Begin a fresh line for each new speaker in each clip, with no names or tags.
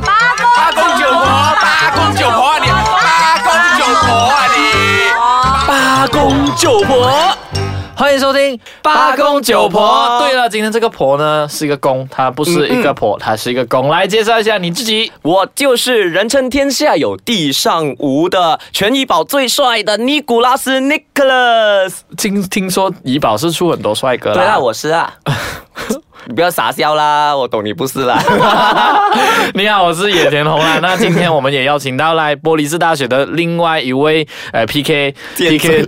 八公九婆，八公九婆啊你，八公九婆啊你，
八公九婆，
欢迎收听
八公九婆
对了，今天这个婆呢是一个公，她不是一个婆，她是一个公。来介绍一下你自己。
我就是人称天下有地上无的全怡宝最帅的尼古拉斯 Nicholas。
听听说怡宝是出很多帅哥啦
对啦，我是啊，你不要傻笑啦，我懂你不 是啦。
你好，我是野田红 啦。那今天我们也邀请到来玻璃市大学的另外一位呃 PK
贱
PK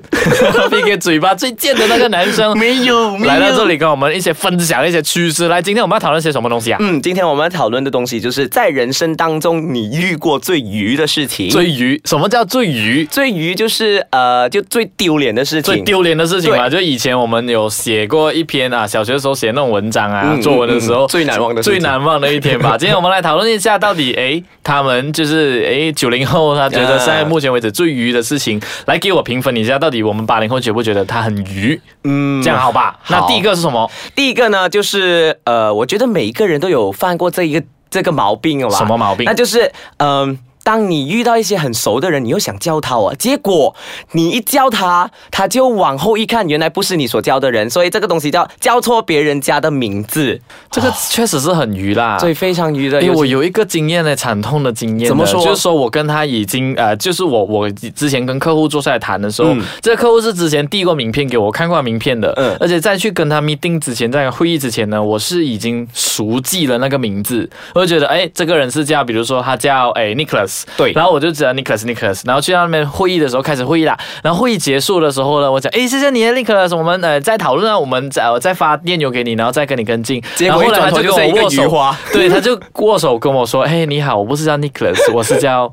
PK 嘴巴最贱的那个男 生，
没有，
来到这里跟我们一些分享一些趋势。来，今天我们要讨论些什么东西啊？
嗯，今天我们讨论的东西就是在人生当中你遇过最愚的事情。
追鱼，什么叫追鱼？
最愚就是呃，就最丢脸的事情。
最丢脸的事情嘛，就以前我们有写过一篇啊，小学的时候写那种文章啊，
嗯
作文的时候、
嗯嗯最难忘的事
最
情
难忘的一天吧。今天我们来讨论一下，到底诶，他们就是诶九零后，他觉得
啊
现在目前为止最愚的事情，来给我评分一下，到底我们八零后觉不觉得他很愚？
嗯
这样好吧？
好
那第一个是什么？
第一个呢，就是呃，我觉得每一个人都有犯过这一个这个毛病了吧？
什么毛病
那就是嗯、当你遇到一些很熟的人，你又想教他哦，结果你一教他，他就往后一看，原来不是你所教的人，所以这个东西叫教错别人家的名 字，
这个确实是很愚啦。
所以非常愚的。
因为
尤其
哎我有一个经验呢，惨痛的经验呢。
怎么说
就是说我跟他已经呃，就是我我之前跟客户坐下来谈的时候，这个客户是之前递过名片给我看过名片的，
嗯
而且在去跟他 meeting 之前，在会议之前呢，我是已经熟记了那个名字，我就觉得哎，这个人是叫，比如说他叫哎 Nicholas，
对
然后我就知道 Nicholas Nicholas，然后去到那边会议的时候开始会议啦，然后会议结束的时候呢，我讲哎，谢谢你 Nicholas，我们呃在讨论啊，我们再我再发电邮给你，然后再跟你跟进，
结
然后
果一
后来
转
他
头
就
就
跟
是一
我
个
握
菊
手。
花，
对，他就握手跟我说：“哎嘿，你好，我不是叫 Nicholas，我是叫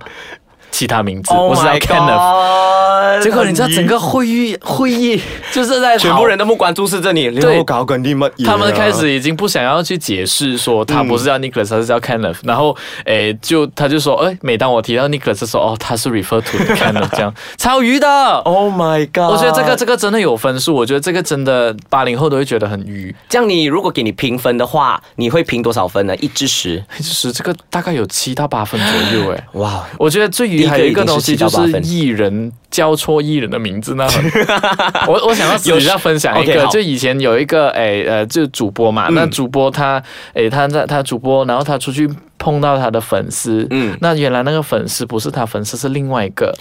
其他名字，
Oh
我是叫 Kenneth。”
God！
结果你知道整个会议会议就是在
全部人的目光注视着你，
对
然后搞跟你啊们一样
他们开始已经不想要去解释说他不是叫 Nicholas，他是叫 Kenneth。然后，诶，就他就说，诶，每当我提到 Nicholas，就说哦，他是 refer to Kenneth 这样， 超愚的。
，Oh my God！
我觉得这个这个真的有分数，我觉得这个真的八零后都会觉得很愚，
这样，你如果给你评分的话，你会评多少分呢？一至十。
就是这个大概有七到八分左右，哎诶。
哇，
我觉得最愚还有一个东西就是
第一个一定是
艺人叫错艺人的名字那很 我我想要私底下分享一
有 OK，
个，
好嗯
就以前有一个诶呃，就主播嘛，那主播他诶他在他主播，然后他出去碰到他的粉丝，嗯
嗯，
那原来那个粉丝不是他粉丝是另外一 个，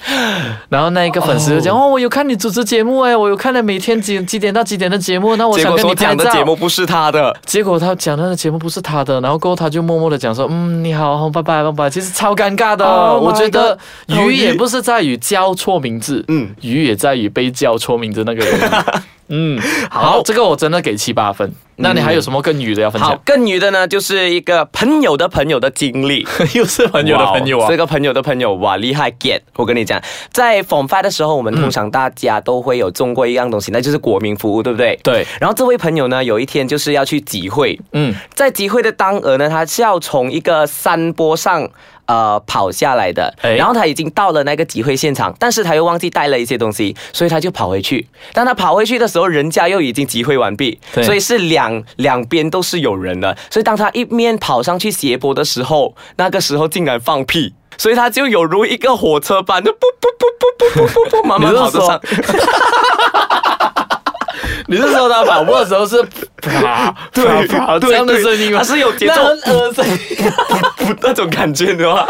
然后那一个粉丝就讲哦，我有看你主持节目诶，我有看了每天几几点到几点的节目，那我
结
想
果
跟你
所
拍
讲的
照
节。目不是他的，
结果他讲那个节目不是他的，然后过后他就默默的讲说，嗯，你好，拜拜拜拜，其实超尴尬的。哦
Oh my
我觉得
God，
哦鱼
好
也
愚
不是在于叫错名字，嗯
嗯，
鱼也在于被叫错名字那个人。 嗯，好，嗯这个我真的给七八分。那你还有什么更鱼的要分
好
享，？
更愚的呢，就是一个朋友的朋友的经历。
又是朋友的朋友啊
哇 哦这。个朋友的朋友哇，厉害 get！我跟你讲，在 form five 的时候，我们通常大家都会有中过一样东西，那就是国民服务，对不对？
对，
然后这位朋友呢，有一天就是要去集会，
嗯，
在集会的当额呢，他是要从一个山坡上。呃，跑下来的，
哎
然后他已经到了那个集会现场，但是他又忘记带了一些东西，所以他就跑回去。当他跑回去的时候，人家又已经集会完毕，
对
所以是两两边都是有人的。所以当他一面跑上去斜坡的时候，那个时候竟然放屁，所以他就有如一个火车般的不不 不不不不不不慢慢跑着上。
你是说他跑步的时 候是啪 啪啪这 样的声音吗
它？是有节奏，
那很恶心。
噗那种感觉的话，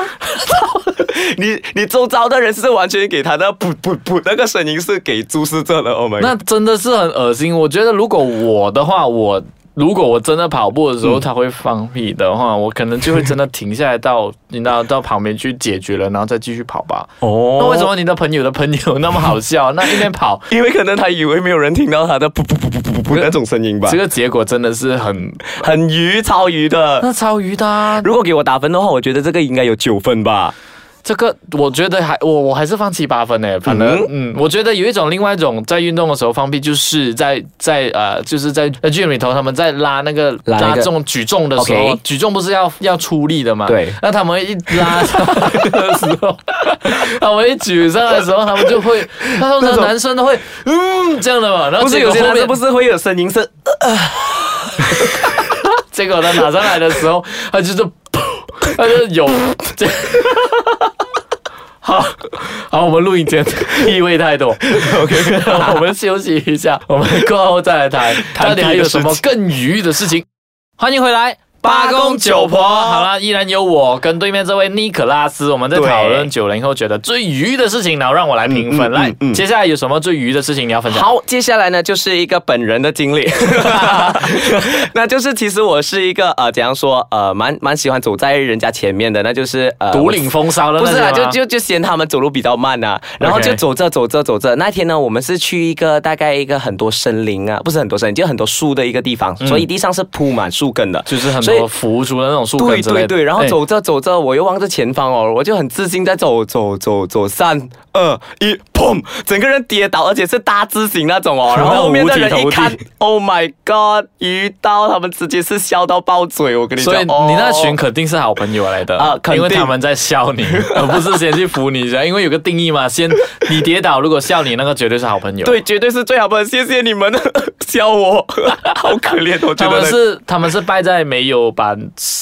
你你周遭的人是完全给他的噗噗噗那个声音是给注视着的。Oh my，
那真的是很恶心。我觉得如果我的话，我如果我真的跑步的时候他会放屁的话，我可能就会真的停下来到你知道 到旁边去解决了，然后再继续跑吧。
哦
那为什？么你的朋友的朋友那么好笑？ 那一边跑，
因为可能他以为没有人听到他的噗噗噗噗噗噗噗那种声音吧
这，个结果真的是很
很鱼超鱼的。
那超鱼的、啊。
如果给我打分的话，我觉得这个应该有九分吧。
这个我觉得还我我还是放七八分呢、反正嗯我觉得有一种另外一种在运动的时候放屁，就是在在呃，就是在在 gym 里头，他们在拉那个
拉那个
重举重的时候
OK，
举重不是要要出力的嘛？
对
那他们一拉上来的时 候，他们一举上来的时候，他们就会，那通常男生都会嗯这样的嘛，然后
不是
结果
有些
后
男
面
生不是会有声音是，
结果他拿上来的时候，他就是噗。他就是有。好好，我们录影 前意味太多。OK，我们 休息一 下，我们过后再来谈，
谈
到底还有什么
别的事
更愉的事情？欢迎回来。八公九婆，好啦，依然有我跟对面这位尼可拉斯，我们在
对
讨论九零后觉得最愚的事情，然后让我来评分。
嗯嗯
来，
嗯嗯
接下来有什么最愚的事情你要分享？
好，接下来呢就是一个本人的经历， 那就是其实我是一个呃，怎样说呃，蛮蛮喜欢走在人家前面的，那就是呃
独领风骚了，
不是
啊，
啊，就就就嫌他们走路比较慢啊，然后
OK
就走着走着走着，那天呢，我们是去一个大概一个很多森林啊，不是很多森林，就很多树的一个地方，
嗯
所以地上是铺满树根的，
就是很
所以
多浮出的那种树
对
根之类
对
的。
对，然后
哎
走着走着，我又望着前方哦，我就很自信在走走走走，三二一，砰！整个人跌倒，而且是大字形那 种哦。然后后面的人一
五
看
体
，Oh my God！鱼刀，他们直接是笑到爆嘴，我跟你讲。
所以你那群
哦
肯定是好朋友来的
啊肯
因
定
为他们在笑 你，而不是先去扶你一下，因为有个定义嘛，先你跌倒，如果笑你，那个绝对是好朋友。，
对，绝对是最好的，谢谢你们 笑我， 好可怜，我觉
他
得
们
那
是他们是败在没有把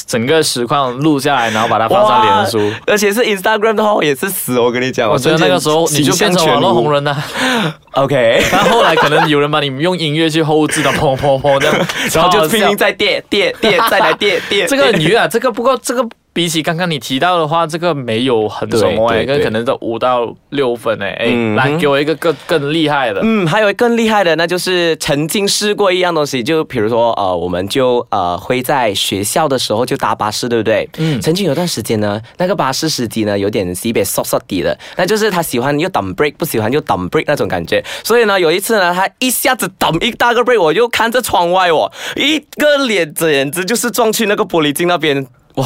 整个实况录下来，然后把它放上脸书。
哇而且是 Instagram 的话，我也是死，我跟你讲，
我觉得那个时候你就变成网络红
人。
人 了、
OK，
但后来可能有人把你用音乐去后置的，砰砰砰这样，
然后
超
就
好笑
拼命在跌跌跌，再来跌 跌。
这个
跌
很鱼啊，这个不过这个比起刚刚你提到的话，这个没有很什么哎、
对对
跟
对
可能都五到六分哎、哎、
嗯
来给我一个更更厉害的。
嗯，还有更厉害的，那就是曾经试过一样东西，就比如说呃，我们就呃会在学校的时候就搭巴士，对不对？
嗯
嗯，曾经有段时间呢，那个巴士司机呢有点西北嗦嗦底的，那就是他喜欢又挡 break，不喜欢就挡 break 那种感觉。所以呢，有一次呢，他一下子挡一大个 break，我就看着窗外哦，一个脸简直就是撞去那个玻璃镜那边，哇！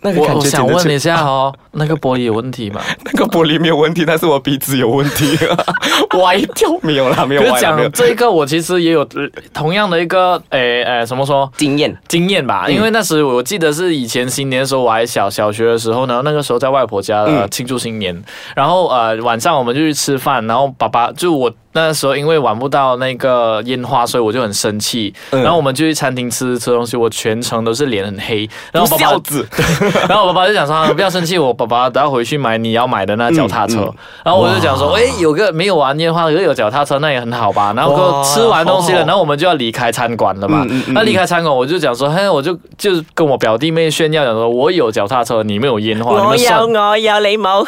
那个
我
感
我
觉
想
简直
问
是
一下哦，那个玻璃有问题吗？
那个玻璃没有问题，但是我鼻子有问题， 歪掉没有啦，没有
可
歪
是
啦，没有
讲。这个，我其实也有呃同样的一个，诶诶，怎么说？
经验，
经验
嗯
吧，因为那时我记得是以前新年的时候，我还小小学的时候，然后那个时候在外婆家呃
嗯
庆祝新年，然后呃晚上我们就去吃饭，然后爸爸就我那时候因为玩不到那个烟花，所以我就很生气，
嗯
然后我们就去餐厅吃吃东西，我全程都是脸很黑，然后我爸爸
子，
然后我爸爸就讲说、啊不要生气，我爸爸等下回去买你要买的那脚踏
嗯
车。然后我就讲说，哎，有个没有玩烟花，可是有脚踏车，那也很好吧。然后
哇
吃完东西了，
好好
然后我们就要离开餐馆了嘛。
嗯嗯嗯
那离开餐馆，我就讲说，嘿，我就就跟我表弟妹炫耀讲说，我有脚踏车，你没有烟花，你
我
们算
有。我有你冇，呵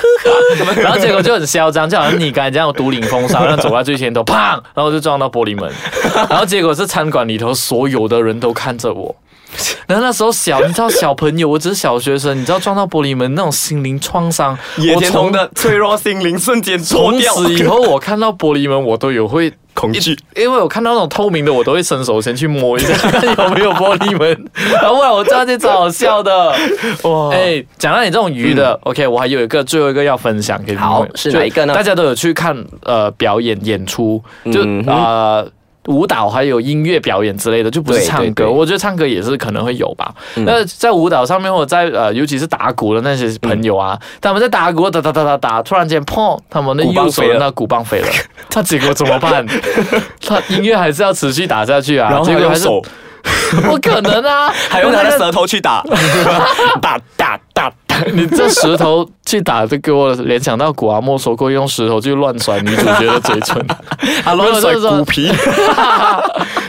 呵
然后结果就很嚣张，就好像你刚才这样独领风 骚，然后走在最前头，砰，然后就撞到玻璃门，然后结果是餐馆里头所有的人都看着我。然后那时候小，你知道小朋友，我只是小学生，你知道撞到玻璃门那种心灵创伤，
野
我
田
从
红的脆弱心灵瞬间脱
从
掉，
此以后，我看到玻璃门我都有会
恐惧。
因为我看到那种透明的，我都会伸手先去摸一下 看有没有玻璃门，然后不然我知道这超好笑的。
哦
哇！哎，讲到你这种鱼的、o k 我还有一个最后一个要分享给你们。
嗯好是
就
哪一个呢
大家都有去看呃表演演出，就、
嗯哼
呃。舞蹈还有音乐表演之类的，就不是
对
唱
对
歌。
对嗯
我觉得唱歌也是可能会有吧。那、在舞蹈上面，或者在呃，尤其是打鼓的那些朋友
嗯
啊，他们在打鼓，打打打打打，突然间砰，他们的
鼓棒
右手
飞
的
了
那鼓棒 飞了，他结果怎么办？他音乐还是要持续打下去啊，结果还是 不可能啊，
还用他
那
的
个
舌头去打，打打打打，
你这石头去打，就给我联想到古阿莫说过，用石头去乱甩女主角的嘴唇。
他
没有
乱甩
就是说
骨皮。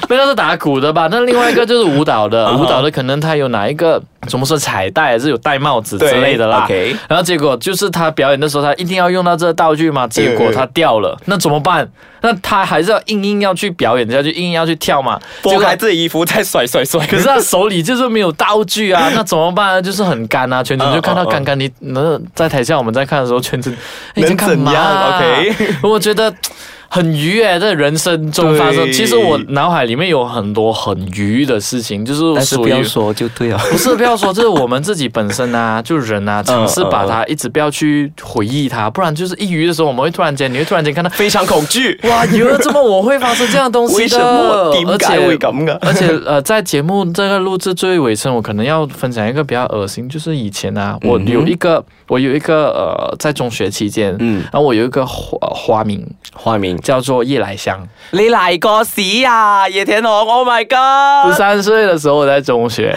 那个是打鼓的吧？那另外一个就是舞蹈
啊
的，舞蹈的可能他有哪一个怎么说彩带，还是有戴帽子之
对
类的啦。
啊 OK
然后结果就是他表演的时候，他一定要用到这个道具嘛，结果他掉了，那怎么办？那他还是要硬硬要去表演下去，硬硬要去跳嘛。
剥
结果
开自己衣服再甩甩甩，
可是他啊手里就是没有道具啊，那怎么办呢？就是很干啊，全程
嗯
就看到
嗯嗯
干干你。那在台下我们在看的时候，全程哎你在
能
干
怎
嘛
样
啊
？OK，
我觉得很愉哎，在人生中发生。
对
其实我脑海里面有很多很愉的事情，就是属于。
说就对了。
不是不要说，就是我们自己本身啊，就人
嗯
啊，尝试把它一直不要去回忆它，不然就是一愉的时候，我们会突然间，你会突然间看 到，
非常恐惧，
哇，原来这么我会发生这样的东西的，
为什么
而
点解
且
会咁噶？
而且呃，在节目这个录制最尾声，我可能要分享一个比较恶心，就是以前啊，我
嗯哼
有一个，我有一个呃，在中学期间，
嗯
然后我有一个花花名，
花名
叫做夜来香。
你来过屎呀、野田红？Oh my
十
god！
三岁的时候我在中学，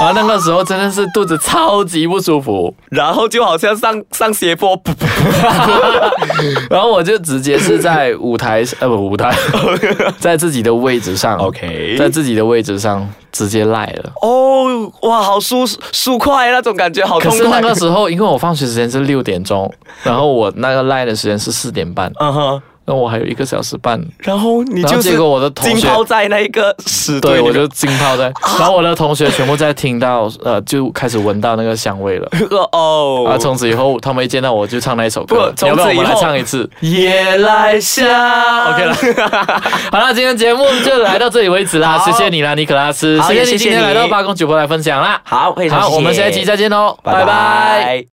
然后那个时候真的是肚子超级不舒服，
然后就好像上上 斜坡，噗噗
然后我就直接是在舞台呃不舞台， 在自己的位置上
OK
在自己的位置上直接赖了。
哦，哇，好舒舒快那种感觉，好
可
痛
是
快
那。个时候，因为我放学时间是六点钟，然后我那个赖的时间是四点半，
嗯哼，
那我还有一个小时半，
然后你
然后
就是
结果我的同
浸
学
泡在那一个屎堆
对，
里
我
面，
就浸泡 在，然后我的同学全部在听到呃就开始闻到那个香味了。
哦，
啊！从此以后，他们一见到我就唱那一首歌。
不从此
要不要我们
以
来
后
唱一 次？
夜来香
，OK 了。好了，今天节目就来到这里为止啦，
好
谢谢你啦，尼可拉斯，
好
谢
也
谢你
谢谢
今天来
你
到八公主播来分享啦。
好，非常
好，
谢谢
我们下一期再见喽，
拜拜